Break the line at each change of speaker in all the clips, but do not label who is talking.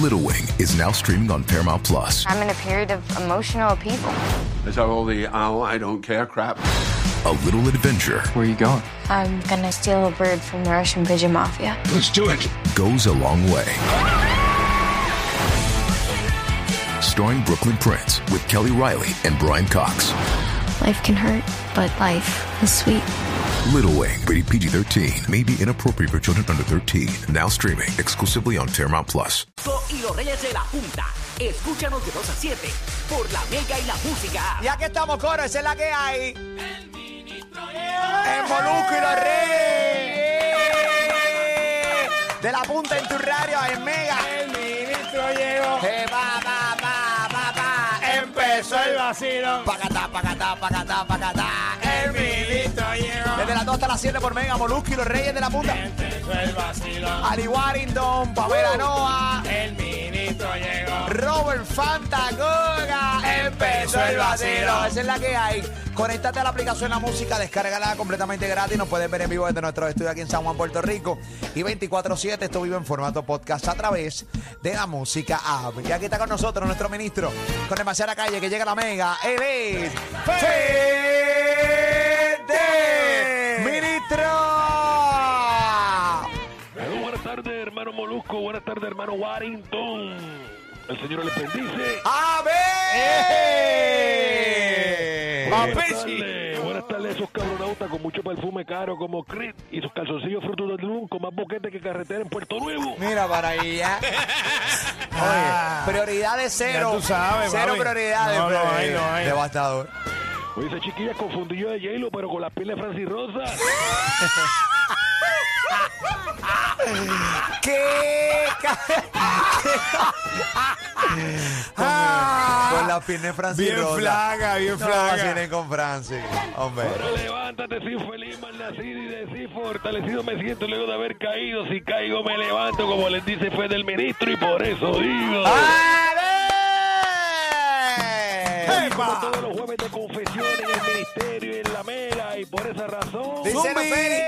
Little Wing is now streaming on Paramount Plus.
I'm in a period of emotional upheaval.
Is that all the oh, I don't care crap?
A little adventure
Where are you going?
I'm gonna steal a bird from the Russian pigeon mafia.
Let's do it.
goes a long way. Starring Brooklyn Prince with Kelly Riley and Brian Cox.
Life can hurt, but life is sweet.
Little Wing, rated PG 13, may be inappropriate for children under 13. Now streaming exclusively on Paramount Plus.
y los Reyes de la Junta. Escúchanos de 2 a 7 por la Mega y la Música.
Ya que estamos, coro, esa es la que hay. El ministro En Molusco y los Reyes. De la punta en tu radio, en Mega. El ministro llegó. Eh, va, va, va, va, va. Empezó el vacío. Pacatá, pacatá, pacatá, pacatá. El ministro llegó. Desde las 2 hasta las 7 por Mega, Molusco y los Reyes de la punta. Empezó el vacío. Ali Warrington, Pamela Noa. El ministro llegó. Robert Fantagoga. Empezó el vacío. Esa es la que hay. Conéctate a la aplicación La Música, descárgala completamente gratis. Nos puedes ver en vivo desde nuestro estudio aquí en San Juan, Puerto Rico. Y 24-7, esto vive en formato podcast a través de la música app. Y aquí está con nosotros nuestro ministro, con demasiada calle, que llega a la mega. Él es Fede Ministro.
Bueno, buenas tardes, hermano Molusco. Buenas tardes, hermano Warrington. El señor les bendice.
¡A ver!
Buenas tardes, Eh, buenas tardes a esos cabronautas con mucho perfume caro como Creed y sus calzoncillos frutos del Lun con más boquete que carretera en Puerto Nuevo.
Mira para ahí ya. Oye, prioridades cero.
Ah. Ya tú sabes,
Cero
mami.
prioridades.
No, no
bro.
hay, no hay.
Devastador.
Oye, esa chiquilla confundió de hielo, pero con la piel de Francis Rosa.
¿Qué? Ah. ca- Con la pierna de Francis
Bien
Rosa.
flaca, bien
No,
flaca.
así vienen con Francis. Hombre.
Pero levántate, soy feliz, mal nacido y de sí fortalecido me siento luego de haber caído. Si caigo, me levanto, como les dice fue del ministro, y por eso digo.
¡Ale!
Como Todos los jueves de confesión en el ministerio y en la mega, y por esa razón.
Díselo,
Zumbi.
Feli.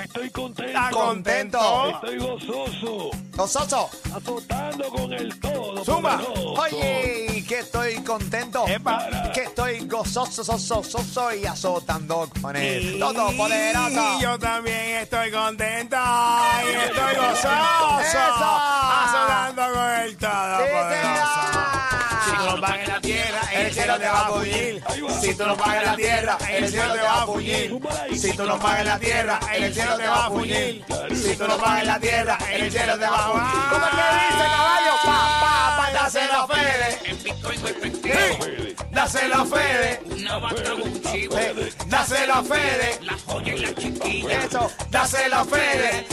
Estoy contento.
Está contento.
Estoy gozoso.
Ososo.
Azotando con el todo.
Zumba.
poderoso.
Oye, que estoy contento.
Epa.
Que estoy gozoso, soso, soso y azotando con el todo
Y
poderoso.
yo también estoy contento y estoy gozoso.
Eso.
Azotando con el todo
Si tú
lo pagas en la tierra,
el cielo te va a bullir. Si tú no pagas la tierra, el cielo te va a bullir. Si tú no pagas la tierra, el cielo te va a bullir. Si tú no pagas la tierra, el cielo te va a bullir. ¿Cómo es que dice, caballo? Pa, pa, pa, dáselo a Fede. En Bitcoin Dáselo a Fede. Eh, Dáselo a Fede. Eso, dáselo a Fede.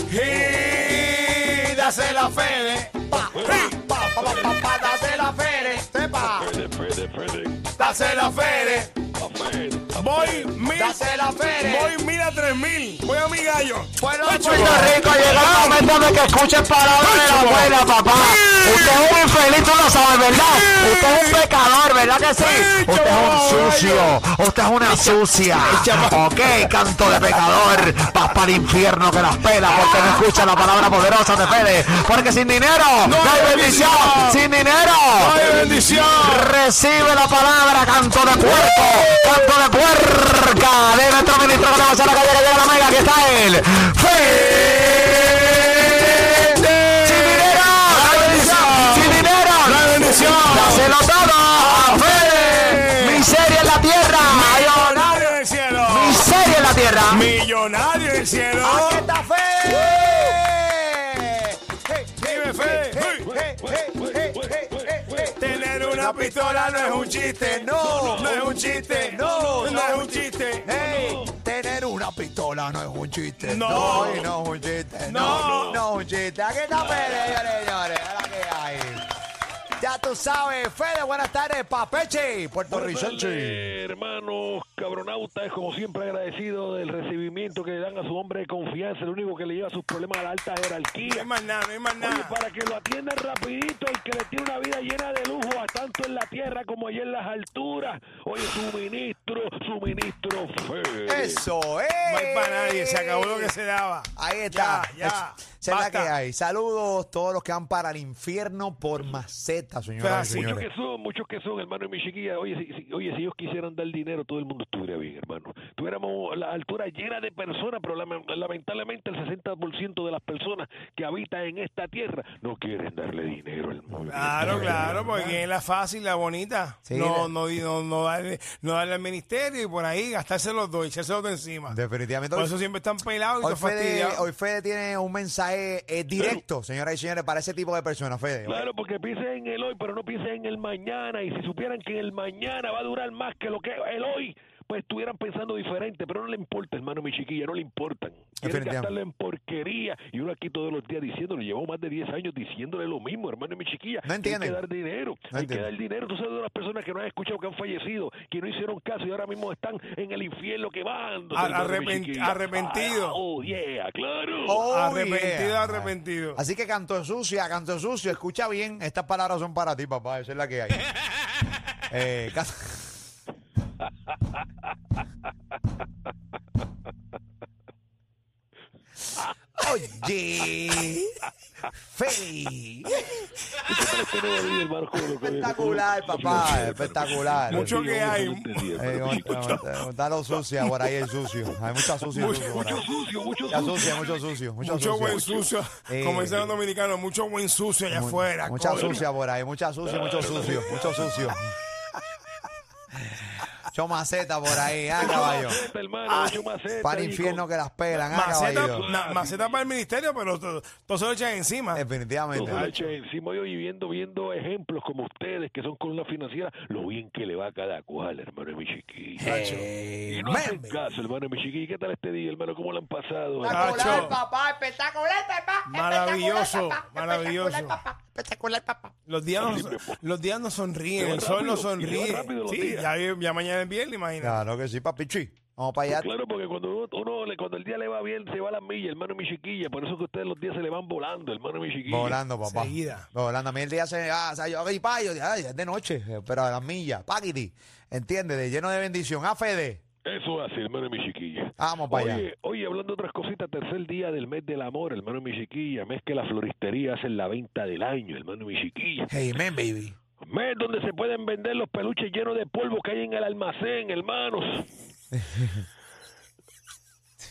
Y dáselo a Fede. Pa, pa, pa, pa, pa, pa, dáselo a Fede. Sepa,
Fede, Fede, Fede.
dáselo a Fede.
A Fede. a
Voy mil,
Dáselo a Fede. pues,
voy mil a tres mil. Voy a mi gallo.
Pueblo de
Pecho.
Puerto Rico, llegó el momento de que escuches palabras de la buena, papá. Usted es un infeliz, tú lo sabes, ¿verdad? Usted es un pecador, ¿verdad que sí?
Pecho,
Usted es un sucio, usted es una sucia. Ok, canto de pecador, vas para el infierno que las pela porque no escucha la palabra poderosa de Fede. Porque sin dinero no hay bendición, sin dinero.
¡Ay, bendición!
Recibe la palabra, canto de puerco, canto de puerca de nuestro ministro que vamos a la calle que llega la mega, aquí está él. ¡Fede! ¡Sin dinero! ¡La bendición! ¡Sin dinero!
¡La bendición!
¡Dáselo todo a Fede! ¡Miseria en la tierra!
¡Millonario del cielo!
¡Miseria en la tierra!
¡Millonario del cielo!
está Fede!
¡Dime, Fede! ¡Hey! Tener una pistola no es un chiste, no, no es un chiste, no, no es un chiste,
Hey, tener una pistola no es un chiste.
No.
y no es un chiste.
No.
no, no es un chiste. Aquí está Pérez, señores, señores. Ahora que hay. Ya tú sabes, Fede, buenas tardes, Papeche, Puerto
Buenas
Ricenche.
tardes, Hermanos cabronautas, como siempre agradecido del recibimiento que le dan a su hombre de confianza, el único que le lleva sus problemas a la alta
No
jerarquía.
hay más nada, no hay más
Oye,
nada.
para que lo atiendan rapidito, el que le tiene una vida llena de lujo, a tanto en la tierra como allá en las alturas. Oye, suministro, suministro fe.
Eso, eh.
No hay para nadie, se acabó lo que se daba.
Ahí está.
Ya, ya.
Es- esa es la que
Basta.
hay. Saludos todos los que van para el infierno por maceta, señoras y
Fácil.
señores.
Muchos que son, muchos que son, hermano y mi chiquilla. Oye si, si- oye, si ellos quisieran dar dinero, todo el mundo estuviera bien, hermano. Tuviéramos la altura llena de personas, pero lame- lamentablemente el 60% de las personas que habitan en esta tierra no quieren darle dinero al mundo.
Claro, claro, porque es la fácil, la bonita.
Sí,
no,
la-
no, di- no, no, darle, no darle al ministerio y por ahí gastarse los dos, echarse los dos encima.
Definitivamente.
Por
Hoy-
eso siempre están pelados y
Hoy
todos
Fede,
fastidiados.
hoy Fede tiene un mensaje eh, directo, señoras y señores, para ese tipo de personas, Fede.
Claro, porque piensen en el hoy, pero no piensen en el mañana. Y si supieran que el mañana va a durar más que lo que el hoy, pues estuvieran pensando diferente. Pero no le importa, hermano, mi chiquilla, no le importan. Quieren
Definitivamente.
gastarlo en porquería. Y uno aquí todos los días diciéndole, llevo más de 10 años diciéndole lo mismo, hermano, mi chiquilla.
No entienden.
Hay que dar dinero,
No
hay
entienden.
que dar dinero. Tú sabes de las personas que no han escuchado, que han fallecido, que no hicieron caso y ahora mismo están en el infierno que van.
Ar- arrepent- arrepentido.
oh, yeah, claro.
Oh,
Arrepentido,
yeah.
arrepentido.
Así que canto sucia, canto sucio, escucha bien, estas palabras son para ti, papá, esa es la que hay. Eh, can- Oye, Fede, espectacular, papá, espectacular.
Mucho que hay.
Eh, ¿cómo está- cómo está- cómo está lo sucia por ahí el sucio. Hay mucha sucia.
Mucho-
sucio por
Mucho
ahí.
sucio, mucho
Mucha
sucio.
sucia, mucho sucio. Mucho,
Mucho
sucio.
buen sucio,
Eh,
como dicen los dominicanos, mucho buen sucio allá
Mu-
afuera.
Mucha
coño.
sucia por ahí, mucha sucia, mucho sucio, mucho sucio. Mucho maceta por ahí, ah, caballo.
Maceta, hermano, mucho maceta,
Para el
hijo.
infierno que las pelan, ah,
Maceta,
caballito.
na- maceta para el ministerio, pero to- todos se lo echan encima.
Definitivamente.
Entonces, echa encima yo y viendo, viendo ejemplos como ustedes que son con la financiera, lo bien que le va a cada cual, hermano de mi chiquilla.
Eh,
Y no hacen caso, hermano de mi chiquilla. ¿Qué tal este día, hermano? ¿Cómo lo han pasado? hermano?
Tacho.
papá, espectacular, papá.
Maravilloso,
espectacular, papá,
maravilloso.
Espectacular, papá. Espectacular, papá.
Los días, nos, los días nos sonríen,
Se va
el sol
rápido,
nos
se va
sonríe.
rápido los
Sí,
días.
ya, ya mañana es viernes, imagínate.
Claro que sí, papichi. Vamos para allá.
Claro, porque cuando uno, uno le- cuando el día le va bien, se va a las millas, hermano de mi chiquilla. Por eso que ustedes los días se le van volando, hermano de mi chiquilla.
Volando, papá.
Seguida.
Volando. A mí el día se. Ah, o sea, yo, ay, pa, yo, ay, es de noche, eh, pero a las millas. Paquiti. ¿Entiendes? De lleno de bendición. Ah, Fede.
Eso hace, hermano de mi chiquilla.
Vamos para allá.
Oye, oye, hablando de otras cositas, tercer día del mes del amor, hermano de mi chiquilla. Mes que la floristería hace la venta del año, hermano de mi chiquilla.
Hey, man, baby.
Mes donde se pueden vender los peluches llenos de polvo que hay en el almacén, hermanos.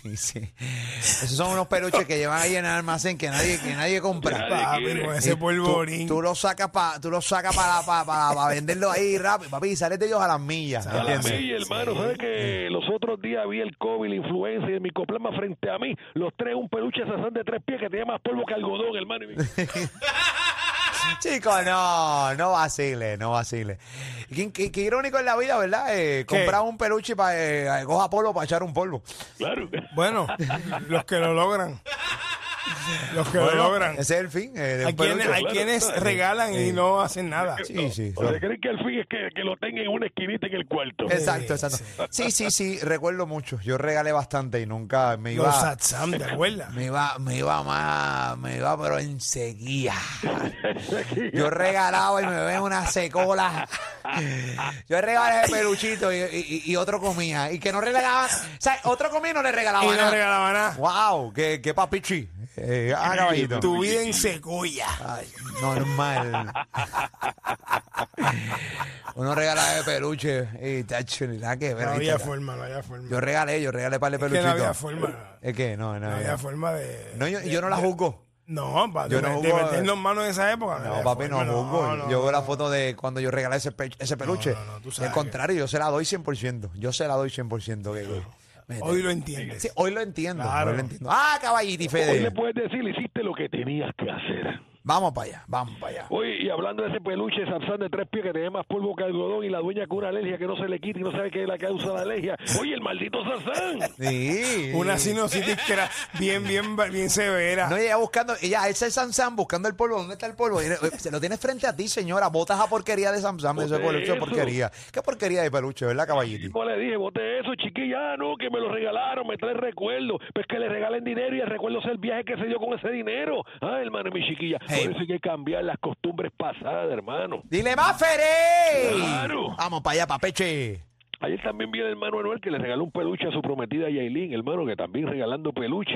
Sí, sí. Esos son unos peluches que llevan ahí en el almacén que nadie, que nadie compra.
Nadie
Papi,
quiere.
con
Eh,
ese
tú-
polvorín.
Tú, lo sacas para tú lo sacas para para venderlo ahí rápido, papi, y sales de ellos a las millas,
A la
¿entiendes?
milla, hermano. ¿Sabes que los otros días vi el COVID, la influenza y el micoplama frente a mí? Los tres, un peluche sazán de tres pies que tenía más polvo que algodón, hermano.
Chicos, no, no vacile, no vacile. Qué, qué- qué irónico es la vida, ¿verdad? Eh, comprar un peluche para eh, coja polvo para echar un polvo.
Claro.
Bueno, los que lo logran. Los que lo logran.
Ese es el fin eh, de
Hay
un
quienes,
peluche.
hay quienes regalan y no hacen nada.
Sí, sí.
O sea, creen que al fin es que, que lo tenga en una esquinita en el cuarto.
Exacto, exacto. Sí, sí, sí, recuerdo mucho. Yo regalé bastante y nunca me iba.
Los satsam, ¿te acuerdas?
Me iba, me iba más, me iba pero enseguida. Yo regalaba y me ven una secola. Yo regalé peluchito y, y- y otro comía. Y que no regalaba, o sea, otro comía y no le regalaba
Y no
nada.
regalaban nada.
Wow, qué, qué papichi. Eh, ah, caballito.
Tu vida en secuya.
Ay, normal. Uno regala de peluche y tacho, ni nada que ver.
No
¿viste?
había forma, no había forma.
Yo regalé, yo regalé para el
Es que
peluchito.
no había forma.
Es que no, no,
No
había-
había forma de.
No, yo, yo no la juzgo.
No, pa,
Yo
de,
no
de
jugo-
meternos manos en esa época.
No,
había
papi, no
forma,
juzgo.
no,
yo veo la
no.
foto de cuando yo regalé ese, pe- ese peluche.
no, no, tú sabes
Al
que-
contrario, yo se la doy 100%. Yo se la doy 100%. Que, me-
Hoy lo entiendes.
Sí, hoy lo entiendo.
Claro.
Hoy lo entiendo. Ah, caballito y
Hoy le
Fede.
puedes decir, hiciste lo que tenías que hacer.
Vamos para allá, vamos para allá.
Oye, y hablando de ese peluche Sapsan de tres pies que tiene más polvo que algodón y la dueña con una alergia que no se le quita y no sabe qué es la causa de la alergia. Oye, el maldito Sapsan.
Sí.
Una sinusitis que era bien, bien, bien severa.
No, ella buscando, ella, ese Samsam buscando el polvo. ¿Dónde está el polvo? Y, eh, Se lo tienes frente a ti, señora. Botas a porquería de Samsam, ese
Bote
peluche de
eso.
porquería. ¿Qué porquería de peluche, verdad, caballito?
No le dije, bote eso, chiquilla, Ah, no, que me lo regalaron, me trae recuerdo. Pues que le regalen dinero y el recuerdo es el viaje que se dio con ese dinero. Ah, hermano, mi chiquilla,
Hey.
por eso hay que cambiar las costumbres pasadas, hermano.
¡Dile más, Feré!
Claro.
Vamos para allá, papeche.
Ayer también vi al hermano Anuel que le regaló un peluche a su prometida Yailin, hermano, que también regalando peluche.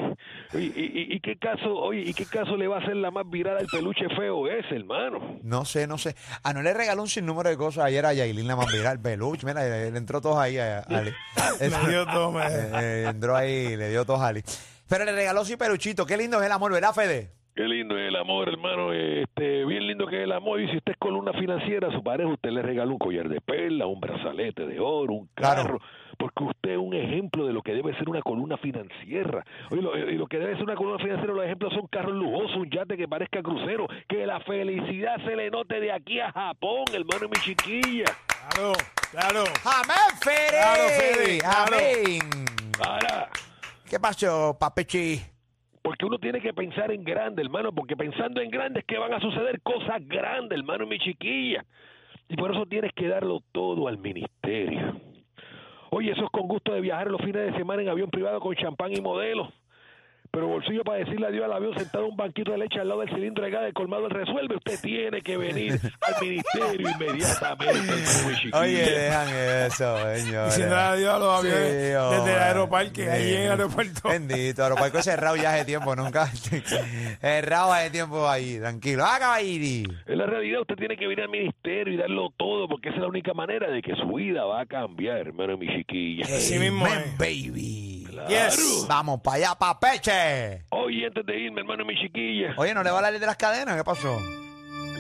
Y, y- y- y qué caso, oye, ¿y qué caso le va a hacer la más viral al peluche feo ese, hermano?
No sé, no sé. A no le regaló un sinnúmero de cosas ayer a Yailin, la más viral, peluche. Mira, le, le entró todos ahí a, a- Ali.
Me dio todo, me-
Eh, eh, entró ahí, le dio todos a Ali. Pero le regaló sí peluchito. Qué lindo es el amor, ¿verdad, Fede?
Qué lindo es el amor, hermano. Este, bien lindo que es el amor. Y si usted es columna financiera, a su pareja usted le regala un collar de perla, un brazalete de oro, un
Claro.
carro. Porque usted es un ejemplo de lo que debe ser una columna financiera. Oye, lo- eh, Y lo, que debe ser una columna financiera, los ejemplos son carros lujosos, un yate que parezca crucero. Que la felicidad se le note de aquí a Japón, hermano y mi chiquilla.
Claro, claro.
¡Amén, Fede!
Claro, Fede, claro.
¡Amén!
Para.
¿Qué pasó, papeche?
Porque uno tiene que pensar en grande, hermano, porque pensando en grande es que van a suceder cosas grandes, hermano, mi chiquilla. Y por eso tienes que darlo todo al ministerio. Oye, eso es con gusto de viajar los fines de semana en avión privado con champán y modelos. Pero bolsillo para decirle adiós al avión sentado en un banquito de leche al lado del cilindro de gas del colmado el resuelve. Usted tiene que venir al ministerio inmediatamente, hermano, mi chiquilla.
Oye, dejan eso, señor.
Diciendo adiós a los aviones desde el aeroparque, ahí en el aeropuerto.
Bendito, aeroparque cerrado ya hace tiempo, nunca. cerrado hace tiempo ahí, tranquilo. ¡Ah, caballito!
En la realidad usted tiene que venir al ministerio y darlo todo porque esa es la única manera de que su vida va a cambiar, hermano, mi chiquilla.
Eh,
Así mismo
Amen,
es.
baby.
Yes.
Vamos para allá, pa' peche.
Oye, antes de irme, hermano, mi chiquilla.
Oye, ¿no le va a la ley de las cadenas? ¿Qué pasó?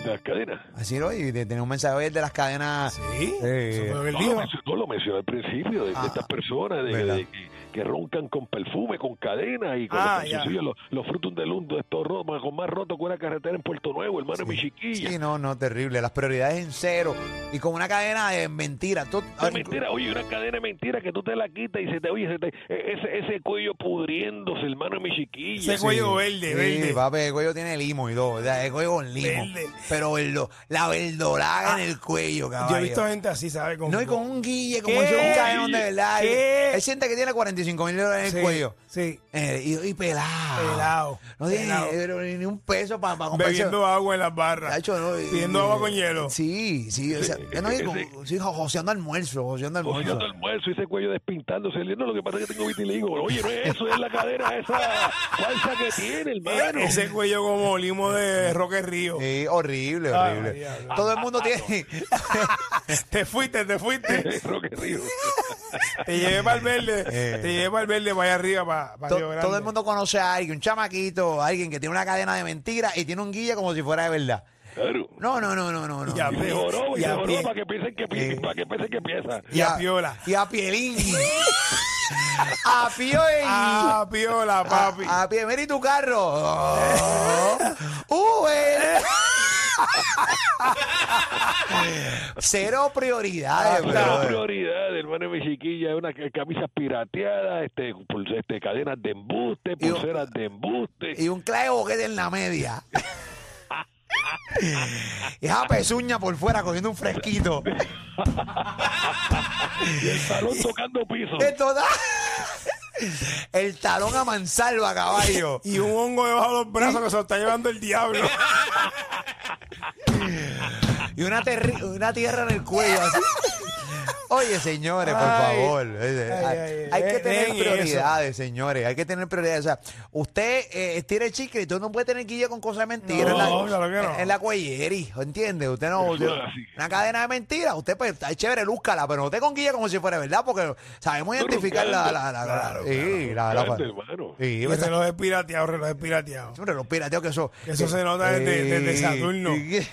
Las cadenas.
Así lo oí, te- tenía un mensaje hoy de las cadenas.
Sí,
Eh,
eso fue lo que él
No,
dijo.
lo mencioné- no, lo mencioné al principio, de, de
Ah,
estas personas de,
¿verdad?
de- que, que roncan con perfume, con cadena y con
Ah,
los,
ya.
calzoncillos, los, los frutos del mundo, estos ro- más- con más roto que una carretera en Puerto Nuevo, hermano, mi chiquilla.
Sí, no, no, terrible. Las prioridades en cero. Y con una cadena de mentira. Tú-
Es mentira, oye, una cadena de mentira que tú te la quitas y se te, oye, se te- e- ese, ese cuello pudriéndose, hermano, mi chiquilla.
Ese Este cuello verde,
Sí,
verde.
papi, el cuello tiene limo y todo. o sea, el cuello con limo.
Verde. Ah,
Pero verdo- la verdolaga en el cuello, caballo.
Yo he visto gente así, ¿sabes? Con,
No, y con un guille, como
¿Qué?
si fuera un cadenón de verdad.
¿Qué?
Él siente que tiene 45 mil dólares en
Sí,
el cuello.
Sí.
Eh, y, y pelado.
Pelado,
No tiene
pelado.
pero ni- ni un peso para comprarse.
Bebiendo agua en las barras.
Tacho, no, y-
pidiendo
y-
agua con hielo.
Sí, sí. O sea,
Ese-
no, y
ese-
con- sí, jo- joseando almuerzo, joseando almuerzo.
Cogiendo almuerzo y ese cuello despintándose. No, lo que pasa es que tengo vitiligo. Oye, no es eso, es la cadena esa falsa que tiene, hermano.
Ese cuello como limo de Roque Río.
Sí, horrible,
Ay,
horrible.
diablo.
Todo el mundo tiene.
Te fuiste, te fuiste.
Creo que sí.
te llevé para el verde.
Eh.
Te llevé para el verde para allá arriba, para, para
To-
Río Grande.
todo el mundo conoce a alguien, un chamaquito, alguien que tiene una cadena de mentiras y tiene un guille como si fuera de verdad.
Claro.
No, no, no, no, no. no.
Y a,
Y se joró, y
y
se
a
joró
pie-
para que piensen que, pi-
Eh.
para que, piensen que piensa.
Y
y a piola.
Y a pielín. a piolín.
Ah, piola, papi.
A, a pie, mira y tu carro. Oh. Uber. Cero prioridades,
Esa es la
bro.
prioridad, hermano de mi chiquilla, una ca- camisa pirateada, este, pul- este, cadenas de embuste,
Y un-
pulseras de embuste.
Y un clave boquete en la media. Y esa pezuña por fuera cogiendo un fresquito.
el salón tocando piso.
De toda- El talón a mansalva, caballo.
Y un hongo debajo de los brazos que se lo está llevando el diablo.
Y una, terri- una tierra en el cuello. así. Oye, señores, por
Ay.
favor. hay,
ay,
hay que
ay.
tener
Dejen eso.
prioridades, señores. Hay que tener prioridades. O sea, usted eh, tira el chicle y tú no puede tener guille con cosas de mentira.
No,
en la,
claro que no.
en la cuellera, hijo, ¿entiende? Usted no.
Eso es
usted-
así.
una cadena de mentiras. Usted, pues, está chévere, lúzcala, pero no te con guille como si fuera verdad, porque sabemos
Pero
identificar la. la,
buscando.
la, la- sí, la- la-
buscando, hermano.
Sí,
Y
pues,
los es pirateado, reloj es pirateado.
Hombre, los pirateos que eso.
Que eso se nota desde- desde Saturno.
Que,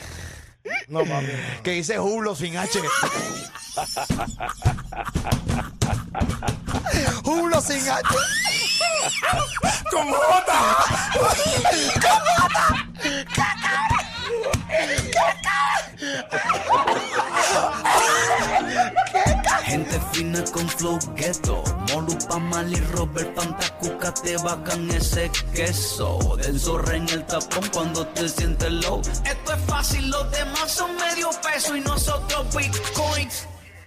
No, papi. no.
que dice Jublo sin H. Jublo sin H.
¡Con J!
¡Cacarón!
Gente fina con flow ghetto. Molupa, Mali, Robert, Pantacuca, te vacan ese queso. Del zorro en el tapón cuando te sientes low. Esto es fácil, los demás son medio peso y nosotros pico.